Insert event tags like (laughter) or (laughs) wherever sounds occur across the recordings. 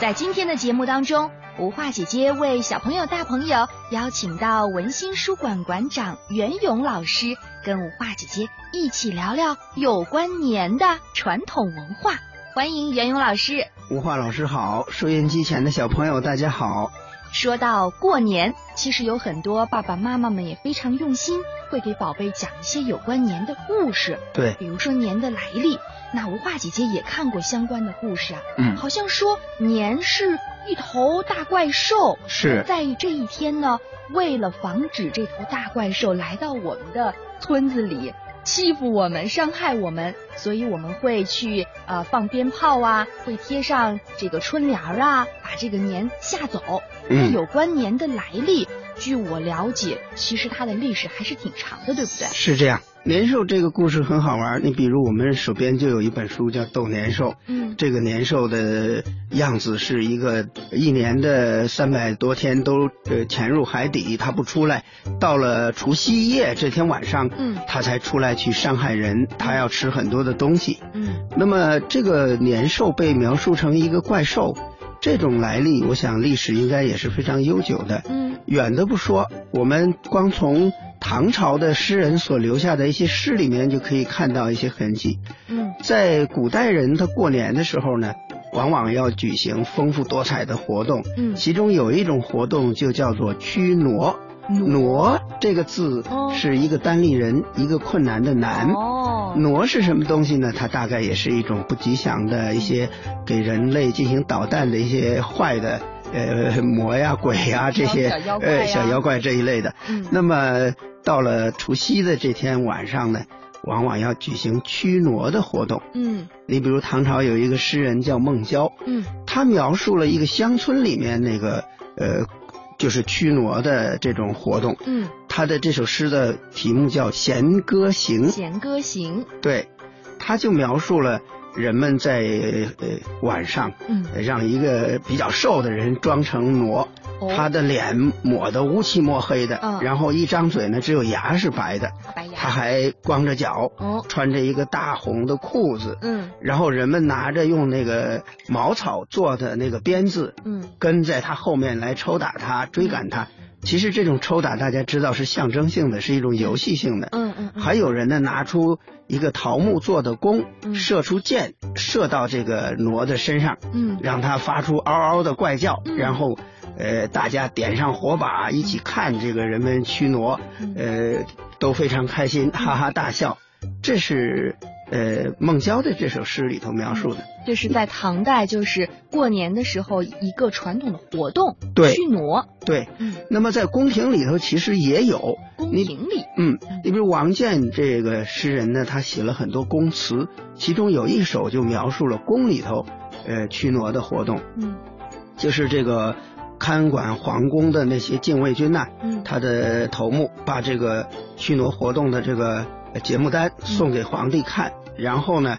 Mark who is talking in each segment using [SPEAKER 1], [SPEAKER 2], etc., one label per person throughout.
[SPEAKER 1] 在今天的节目当中，吴化姐姐为小朋友、大朋友邀请到文心书馆馆长袁勇老师，跟吴化姐姐一起聊聊有关年的传统文化。欢迎袁勇老师。
[SPEAKER 2] 吴化老师好，收音机前的小朋友大家好。
[SPEAKER 1] 说到过年，其实有很多爸爸妈妈们也非常用心，会给宝贝讲一些有关年的故事，
[SPEAKER 2] 对，
[SPEAKER 1] 比如说年的来历。那吴化姐姐也看过相关的故事啊，
[SPEAKER 2] 嗯，
[SPEAKER 1] 好像说年是一头大怪兽，
[SPEAKER 2] 是
[SPEAKER 1] 在这一天呢，为了防止这头大怪兽来到我们的村子里欺负我们、伤害我们，所以我们会去呃放鞭炮啊，会贴上这个春联儿啊，把这个年吓走。那
[SPEAKER 2] 嗯
[SPEAKER 1] 有关年的来历，据我了解，其实它的历史还是挺长的，对不对？
[SPEAKER 2] 是这样。年兽这个故事很好玩，你比如我们手边就有一本书叫《斗年兽》，
[SPEAKER 1] 嗯
[SPEAKER 2] 这个年兽的样子是一个一年的三百多天都呃潜入海底，它不出来，到了除夕夜这天晚上，
[SPEAKER 1] 嗯
[SPEAKER 2] 它才出来去伤害人，它要吃很多的东西。
[SPEAKER 1] 嗯
[SPEAKER 2] 那么这个年兽被描述成一个怪兽，这种来历，我想历史应该也是非常悠久的。
[SPEAKER 1] 嗯
[SPEAKER 2] 远的不说，我们光从唐朝的诗人所留下的一些诗里面就可以看到一些痕迹。
[SPEAKER 1] 嗯
[SPEAKER 2] 在古代人他过年的时候呢，往往要举行丰富多彩的活动，
[SPEAKER 1] 嗯，
[SPEAKER 2] 其中有一种活动就叫做驱傩。傩这个字
[SPEAKER 1] 哦
[SPEAKER 2] 是一个单立人，一个困难的难。
[SPEAKER 1] 哦，
[SPEAKER 2] 傩是什么东西呢？它大概也是一种不吉祥的一些给人类进行捣蛋的一些坏的呃魔呀、鬼呀这些
[SPEAKER 1] 小妖怪啊呀
[SPEAKER 2] 呃小妖怪这一类的。
[SPEAKER 1] 嗯
[SPEAKER 2] 那么到了除夕的这天晚上呢，往往要举行驱傩的活动。
[SPEAKER 1] 嗯
[SPEAKER 2] 你比如唐朝有一个诗人叫孟郊，
[SPEAKER 1] 嗯
[SPEAKER 2] 他描述了一个乡村里面那个呃就是驱傩的这种活动。
[SPEAKER 1] 嗯，
[SPEAKER 2] 他的这首诗的题目叫《弦歌行》。
[SPEAKER 1] 弦歌行，
[SPEAKER 2] 对，他就描述了人们在呃晚上
[SPEAKER 1] 嗯
[SPEAKER 2] 呃让一个比较瘦的人装成傩，
[SPEAKER 1] 哦
[SPEAKER 2] 他的脸抹得乌漆抹黑的，
[SPEAKER 1] 嗯
[SPEAKER 2] 然后一张嘴呢只有牙是白的，
[SPEAKER 1] 白牙，
[SPEAKER 2] 他还光着脚，
[SPEAKER 1] 哦，
[SPEAKER 2] 穿着一个大红的裤子，
[SPEAKER 1] 嗯
[SPEAKER 2] 然后人们拿着用那个茅草做的那个鞭子
[SPEAKER 1] 嗯
[SPEAKER 2] 跟在他后面来抽打他、追赶他。其实这种抽打大家知道是象征性的，是一种游戏性的。
[SPEAKER 1] 嗯嗯，嗯
[SPEAKER 2] 还有人呢，拿出一个桃木做的弓，
[SPEAKER 1] 嗯
[SPEAKER 2] 射出箭，射到这个傩的身上，
[SPEAKER 1] 嗯
[SPEAKER 2] 让它发出嗷嗷的怪叫，
[SPEAKER 1] 嗯
[SPEAKER 2] 然后，呃，大家点上火把，一起看这个人们驱傩，
[SPEAKER 1] 嗯
[SPEAKER 2] 呃，都非常开心，哈哈大笑。这是呃孟郊的这首诗里头描述的，
[SPEAKER 1] 这是在唐代，就是过年的时候一个传统的活动，
[SPEAKER 2] 对
[SPEAKER 1] 驱傩，
[SPEAKER 2] 对。
[SPEAKER 1] 嗯，
[SPEAKER 2] 那么在宫廷里头其实也有，
[SPEAKER 1] 宫
[SPEAKER 2] 你
[SPEAKER 1] 廷里，
[SPEAKER 2] 嗯，你比如王建这个诗人呢，他写了很多宫词，其中有一首就描述了宫里头，呃，驱傩的活动，
[SPEAKER 1] 嗯
[SPEAKER 2] 就是这个看管皇宫的那些禁卫军呐、
[SPEAKER 1] 嗯，
[SPEAKER 2] 他的头目把这个驱傩活动的这个呃节目单送给皇帝看，然后呢，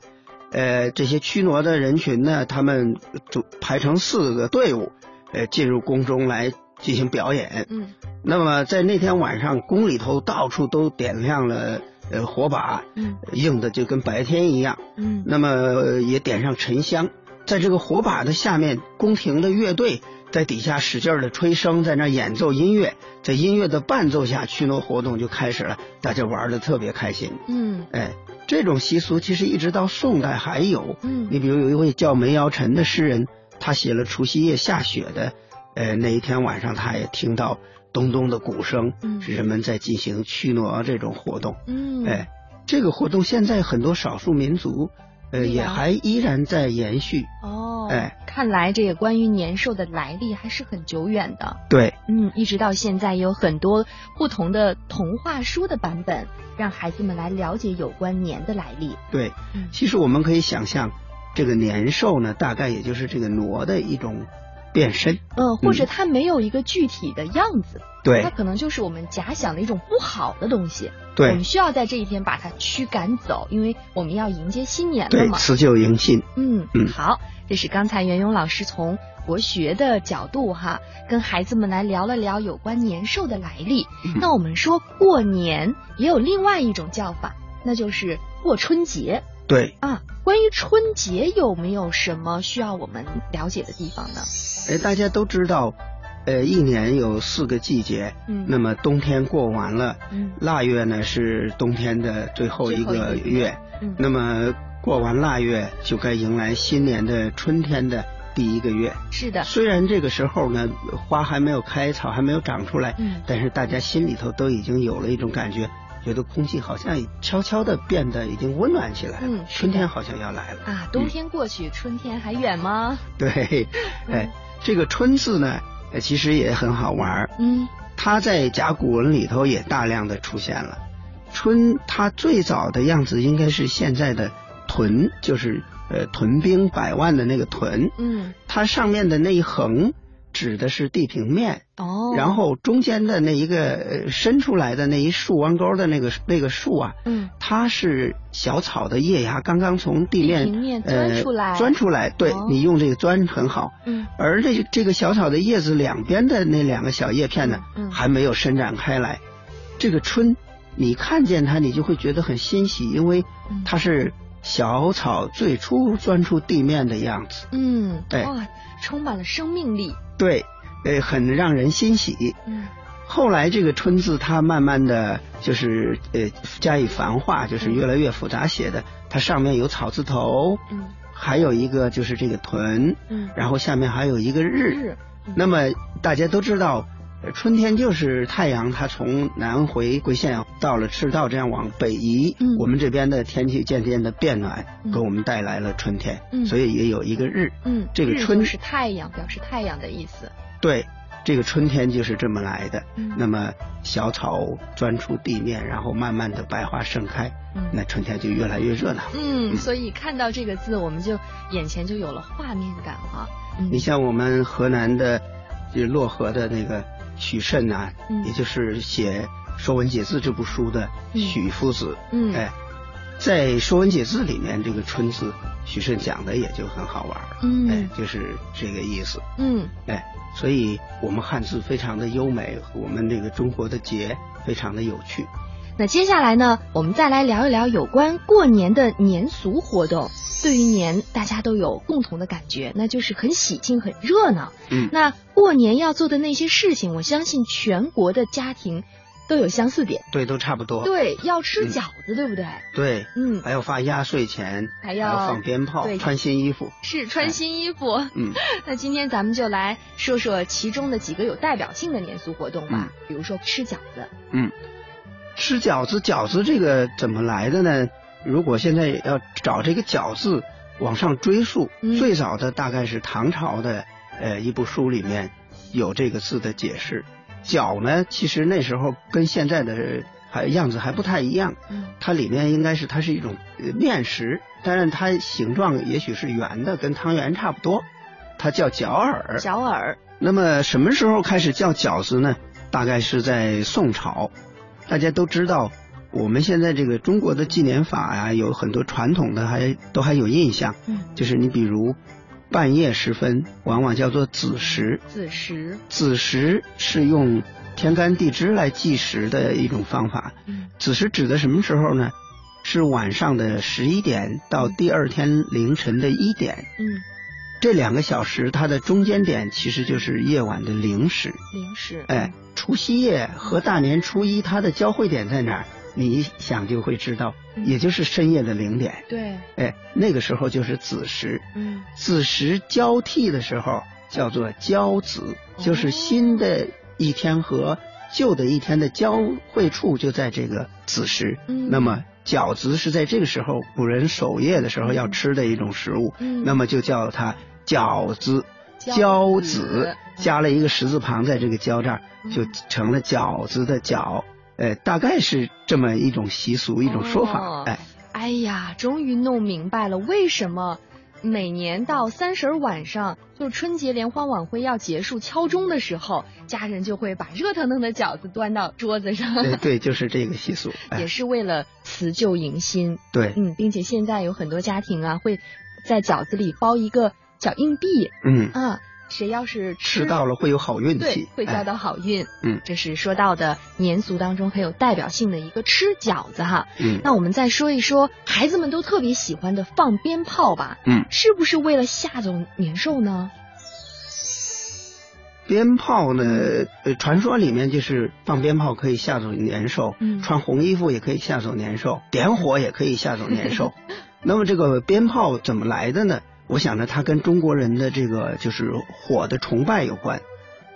[SPEAKER 2] 呃，这些驱傩的人群呢，他们组排成四个队伍，呃，进入宫中来进行表演，
[SPEAKER 1] 嗯
[SPEAKER 2] 那么在那天晚上，宫里头到处都点亮了呃火把，
[SPEAKER 1] 嗯
[SPEAKER 2] 映的就跟白天一样。
[SPEAKER 1] 嗯
[SPEAKER 2] 那么呃也点上沉香，在这个火把的下面，宫廷的乐队在底下使劲的吹笙，在那儿演奏音乐，在音乐的伴奏下，驱傩活动就开始了，大家玩的特别开心。
[SPEAKER 1] 嗯
[SPEAKER 2] 哎，这种习俗其实一直到宋代还有。
[SPEAKER 1] 嗯
[SPEAKER 2] 你比如有一位叫梅尧臣的诗人，他写了除夕夜下雪的，呃那一天晚上，他也听到咚咚的鼓声，
[SPEAKER 1] 嗯
[SPEAKER 2] 是人们在进行驱傩这种活动。
[SPEAKER 1] 嗯，
[SPEAKER 2] 哎，这个活动现在很多少数民族，呃
[SPEAKER 1] 对呀
[SPEAKER 2] 也还依然在延续。
[SPEAKER 1] 哦，
[SPEAKER 2] 哎，
[SPEAKER 1] 看来这个关于年兽的来历还是很久远的。
[SPEAKER 2] 对，
[SPEAKER 1] 嗯，一直到现在有很多不同的童话书的版本，让孩子们来了解有关年的来历。
[SPEAKER 2] 对，
[SPEAKER 1] 嗯
[SPEAKER 2] 其实我们可以想象，这个年兽呢，大概也就是这个傩的一种变身。
[SPEAKER 1] 呃，或者它没有一个具体的样子，它
[SPEAKER 2] 嗯对
[SPEAKER 1] 可能就是我们假想的一种不好的东西。我
[SPEAKER 2] 对
[SPEAKER 1] 们需要在这一天把它驱赶走，因为我们要迎接新年了
[SPEAKER 2] 对，
[SPEAKER 1] 嘛。
[SPEAKER 2] 辞旧迎新。
[SPEAKER 1] 嗯，
[SPEAKER 2] 嗯
[SPEAKER 1] 好，这是刚才袁勇老师从国学的角度哈，跟孩子们来聊了聊有关年兽的来历。
[SPEAKER 2] 嗯
[SPEAKER 1] 那我们说过年也有另外一种叫法，那就是过春节。
[SPEAKER 2] 对，
[SPEAKER 1] 啊，关于春节有没有什么需要我们了解的地方呢？
[SPEAKER 2] 哎，大家都知道，呃，一年有四个季节，
[SPEAKER 1] 嗯
[SPEAKER 2] 那么冬天过完了，
[SPEAKER 1] 嗯
[SPEAKER 2] 腊月呢是冬天的最后一
[SPEAKER 1] 最后
[SPEAKER 2] 个
[SPEAKER 1] 一个
[SPEAKER 2] 月，
[SPEAKER 1] 嗯
[SPEAKER 2] 那么过完腊月就该迎来新年的春天的第一个月。
[SPEAKER 1] 是的，
[SPEAKER 2] 虽然这个时候呢，花还没有开，草还没有长出来，
[SPEAKER 1] 嗯
[SPEAKER 2] 但是大家心里头都已经有了一种感觉，觉得空气好像悄悄的变得已经温暖起来了，
[SPEAKER 1] 嗯是的
[SPEAKER 2] 春天好像要来了。
[SPEAKER 1] 啊，冬天过去，春天还远吗？
[SPEAKER 2] 对，哎，这个“春”字呢，呃其实也很好玩儿，
[SPEAKER 1] 嗯
[SPEAKER 2] 它在甲骨文里头也大量的出现了。春，它最早的样子应该是现在的屯，就是呃屯兵百万的那个屯，
[SPEAKER 1] 嗯
[SPEAKER 2] 它上面的那一横指的是地平面，
[SPEAKER 1] 哦，
[SPEAKER 2] 然后中间的那一个呃伸出来的那一竖弯钩的那个那个树啊，
[SPEAKER 1] 嗯
[SPEAKER 2] 它是小草的叶芽刚刚从地面
[SPEAKER 1] 地平面
[SPEAKER 2] 呃
[SPEAKER 1] 钻出来
[SPEAKER 2] 钻出来，对、
[SPEAKER 1] 哦
[SPEAKER 2] 你用这个钻很好。
[SPEAKER 1] 嗯
[SPEAKER 2] 而这这个小草的叶子两边的那两个小叶片呢，
[SPEAKER 1] 嗯嗯
[SPEAKER 2] 还没有伸展开来。这个春，你看见它，你就会觉得很欣喜，因为
[SPEAKER 1] 嗯
[SPEAKER 2] 它是小草最初钻出地面的样子。
[SPEAKER 1] 嗯，
[SPEAKER 2] 对
[SPEAKER 1] 哇，充满了生命力。
[SPEAKER 2] 对，呃，很让人欣喜。
[SPEAKER 1] 嗯
[SPEAKER 2] 后来这个“春”字，它慢慢的就是呃加以繁化，就是越来越复杂写的。它上面有草字头，
[SPEAKER 1] 嗯
[SPEAKER 2] 还有一个就是这个“屯”，
[SPEAKER 1] 嗯，
[SPEAKER 2] 然后下面还有一个日。
[SPEAKER 1] 日嗯
[SPEAKER 2] 那么大家都知道，呃春天就是太阳它从南回归线到了赤道，这样往北移。
[SPEAKER 1] 嗯
[SPEAKER 2] 我们这边的天气渐渐的变暖，
[SPEAKER 1] 嗯
[SPEAKER 2] 给我们带来了春天，
[SPEAKER 1] 嗯
[SPEAKER 2] 所以也有一个日。
[SPEAKER 1] 嗯，
[SPEAKER 2] 这个
[SPEAKER 1] 日
[SPEAKER 2] 春
[SPEAKER 1] 就是太阳，表示太阳的意思。
[SPEAKER 2] 对，这个春天就是这么来的。
[SPEAKER 1] 嗯
[SPEAKER 2] 那么小草钻出地面，然后慢慢的百花盛开，那
[SPEAKER 1] 嗯
[SPEAKER 2] 春天就越来越热闹。
[SPEAKER 1] 嗯，所以看到这个字，我们就眼前就有了画面感哈。嗯
[SPEAKER 2] 你像我们河南的这漯河的那个许慎呐、
[SPEAKER 1] 嗯
[SPEAKER 2] 也就是写《说文解字》这部书的
[SPEAKER 1] 嗯
[SPEAKER 2] 许夫子，
[SPEAKER 1] 嗯
[SPEAKER 2] 哎，在《说文解字》里面，这个“春”字，许慎讲的也就很好玩儿，哎
[SPEAKER 1] 嗯，
[SPEAKER 2] 就是这个意思，
[SPEAKER 1] 嗯
[SPEAKER 2] 哎，所以我们汉字非常的优美，我们这个中国的节非常的有趣。
[SPEAKER 1] 那接下来呢，我们再来聊一聊有关过年的年俗活动。对于年，大家都有共同的感觉，那就是很喜庆、很热闹。
[SPEAKER 2] 嗯
[SPEAKER 1] 那过年要做的那些事情，我相信全国的家庭都有相似点。
[SPEAKER 2] 对，都差不多。
[SPEAKER 1] 对，要吃
[SPEAKER 2] 嗯
[SPEAKER 1] 饺子，对不对？
[SPEAKER 2] 对，
[SPEAKER 1] 嗯，
[SPEAKER 2] 还要发压岁钱，
[SPEAKER 1] 还要
[SPEAKER 2] 放鞭炮
[SPEAKER 1] 对，
[SPEAKER 2] 穿新衣服。
[SPEAKER 1] 是穿新衣服。
[SPEAKER 2] 嗯，
[SPEAKER 1] (laughs) 那今天咱们就来说说其中的几个有代表性的年俗活动吧，比如说吃饺子。
[SPEAKER 2] 吃饺子，饺子这个怎么来的呢？如果现在要找这个饺子往上追溯，
[SPEAKER 1] 嗯
[SPEAKER 2] 最早的大概是唐朝的呃一部书里面有这个字的解释。饺呢，其实那时候跟现在的还样子还不太一样，
[SPEAKER 1] 嗯
[SPEAKER 2] 它里面应该是它是一种呃面食，当然它形状也许是圆的，跟汤圆差不多，它叫饺饵。
[SPEAKER 1] 小饵，
[SPEAKER 2] 那么什么时候开始叫饺子呢？大概是在宋朝。大家都知道，我们现在这个中国的纪年法呀、有很多传统的还都还有印象。
[SPEAKER 1] 嗯，
[SPEAKER 2] 就是你比如半夜时分，往往叫做子时。
[SPEAKER 1] 子时，
[SPEAKER 2] 子时是用天干地支来计时的一种方法。
[SPEAKER 1] 嗯
[SPEAKER 2] 子时指的什么时候呢？是晚上的十一点到第二天凌晨的一点，
[SPEAKER 1] 嗯，
[SPEAKER 2] 这两个小时它的中间点其实就是夜晚的零时。
[SPEAKER 1] 零食，
[SPEAKER 2] 哎，除夕夜和大年初一它的交汇点在哪儿？你一想就会知道，
[SPEAKER 1] 嗯
[SPEAKER 2] 也就是深夜的零点。
[SPEAKER 1] 对，
[SPEAKER 2] 哎，那个时候就是子时，
[SPEAKER 1] 嗯
[SPEAKER 2] 子时交替的时候叫做交子，
[SPEAKER 1] 哦
[SPEAKER 2] 就是新的一天和旧的一天的交汇处就在这个子时。
[SPEAKER 1] 嗯
[SPEAKER 2] 那么饺子是在这个时候古人守夜的时候要吃的一种食物，
[SPEAKER 1] 嗯，
[SPEAKER 2] 那么就叫它饺子。
[SPEAKER 1] 交
[SPEAKER 2] 交
[SPEAKER 1] 子
[SPEAKER 2] 子加了一个十字旁在这个“交”这儿，就
[SPEAKER 1] 嗯
[SPEAKER 2] 成了饺子的“饺”。呃，大概是这么一种习俗，一种说
[SPEAKER 1] 哦
[SPEAKER 2] 法。哎，
[SPEAKER 1] 哎呀，终于弄明白了为什么每年到三十儿晚上，就是春节联欢晚会要结束敲钟的时候，家人就会把热腾腾的饺子端到桌子上，
[SPEAKER 2] (laughs) 对哎对，就是这个习俗。
[SPEAKER 1] (laughs) 也
[SPEAKER 2] 哎，
[SPEAKER 1] 是为了辞旧迎新。
[SPEAKER 2] 对，
[SPEAKER 1] 嗯，并且现在有很多家庭啊会在饺子里包一个小硬币
[SPEAKER 2] 嗯，
[SPEAKER 1] 啊，谁要是吃
[SPEAKER 2] 吃到了会有好运
[SPEAKER 1] 对
[SPEAKER 2] 气，，
[SPEAKER 1] 会交
[SPEAKER 2] 哎
[SPEAKER 1] 到好运。
[SPEAKER 2] 嗯
[SPEAKER 1] 这是说到的年俗当中很有代表性的一个吃饺子哈。
[SPEAKER 2] 嗯
[SPEAKER 1] 那我们再说一说孩子们都特别喜欢的放鞭炮吧，
[SPEAKER 2] 嗯，
[SPEAKER 1] 是不是为了吓走年兽呢？
[SPEAKER 2] 鞭炮呢，呃，传说里面就是放鞭炮可以吓走年兽，
[SPEAKER 1] 嗯
[SPEAKER 2] 穿红衣服也可以吓走年兽， (laughs) 点火也可以吓走年兽。 (laughs) 那么这个鞭炮怎么来的呢？我想呢，它跟中国人的这个就是火的崇拜有关。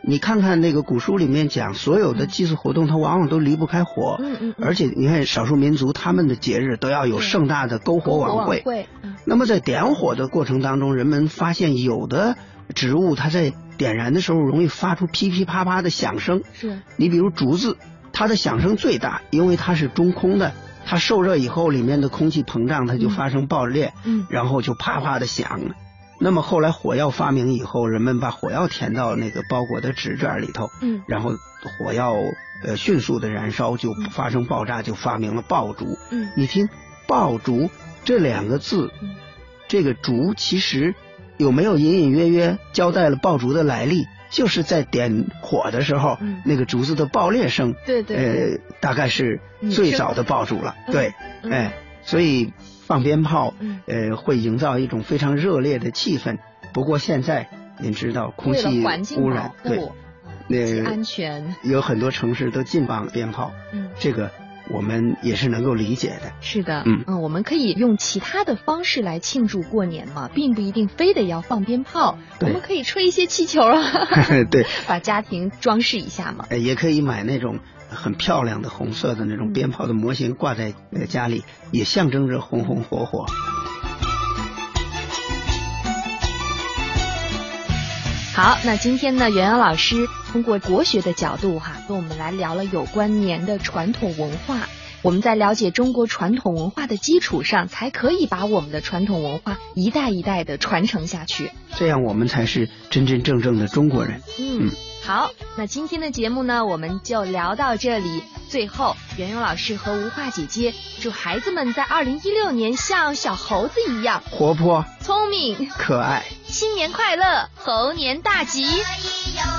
[SPEAKER 2] 你看看那个古书里面讲，所有的祭祀活动它往往都离不开火，
[SPEAKER 1] 嗯嗯嗯，
[SPEAKER 2] 而且你看少数民族他们的节日都要有
[SPEAKER 1] 对
[SPEAKER 2] 盛大的篝火晚会，
[SPEAKER 1] 会，嗯
[SPEAKER 2] 那么在点火的过程当中，人们发现有的植物它在点燃的时候容易发出噼噼啪啪的响声。
[SPEAKER 1] 是，
[SPEAKER 2] 你比如竹子，它的响声最大，因为它是中空的，它受热以后里面的空气膨胀，它就发生爆裂，
[SPEAKER 1] 嗯
[SPEAKER 2] 然后就啪啪的响。那么后来火药发明以后，人们把火药填到那个包裹的纸卷里头，
[SPEAKER 1] 嗯
[SPEAKER 2] 然后火药呃迅速的燃烧，就发生爆炸，就发明了爆竹。
[SPEAKER 1] 嗯
[SPEAKER 2] 你听“爆竹”这两个字
[SPEAKER 1] 嗯，
[SPEAKER 2] 这个“竹”其实有没有隐隐约约交代了爆竹的来历？就是在点火的时候，
[SPEAKER 1] 嗯
[SPEAKER 2] 那个竹子的爆裂声，
[SPEAKER 1] 对对对，
[SPEAKER 2] 呃，大概是
[SPEAKER 1] 嗯
[SPEAKER 2] 最
[SPEAKER 1] 是
[SPEAKER 2] 早的爆竹了。
[SPEAKER 1] 嗯
[SPEAKER 2] 对，
[SPEAKER 1] 嗯
[SPEAKER 2] 哎，所以放鞭炮，
[SPEAKER 1] 嗯
[SPEAKER 2] 呃，会营造一种非常热烈的气氛。不过现在您知道，空
[SPEAKER 1] 为
[SPEAKER 2] 气
[SPEAKER 1] 了环境
[SPEAKER 2] 污
[SPEAKER 1] 保
[SPEAKER 2] 染，
[SPEAKER 1] 护
[SPEAKER 2] 对，，呃
[SPEAKER 1] 嗯
[SPEAKER 2] 那
[SPEAKER 1] 安全，
[SPEAKER 2] 有很多城市都禁放鞭炮，
[SPEAKER 1] 嗯。
[SPEAKER 2] 这个我们也是能够理解的。
[SPEAKER 1] 是的，
[SPEAKER 2] 嗯
[SPEAKER 1] 我们可以用其他的方式来庆祝过年嘛，并不一定非得要放鞭炮，我
[SPEAKER 2] 对
[SPEAKER 1] 们可以吹一些气球啊， (laughs)
[SPEAKER 2] 对， (laughs)
[SPEAKER 1] 把家庭装饰一下嘛。
[SPEAKER 2] 呃，也可以买那种很漂亮的红色的那种鞭炮的模型挂在呃家里，也象征着红红火火。
[SPEAKER 1] 好，那今天呢，袁洋老师通过国学的角度哈、跟我们来聊了有关年的传统文化。我们在了解中国传统文化的基础上，才可以把我们的传统文化一代一代的传承下去。
[SPEAKER 2] 这样我们才是真真正正的中国人。
[SPEAKER 1] 嗯
[SPEAKER 2] 嗯，
[SPEAKER 1] 好，那今天的节目呢，我们就聊到这里。最后，袁咏老师和吴化姐姐祝孩子们在二零一六年像小猴子一样
[SPEAKER 2] 活泼
[SPEAKER 1] 聪明，
[SPEAKER 2] 可爱。
[SPEAKER 1] 新年快乐，猴年大吉。
[SPEAKER 3] 哎呦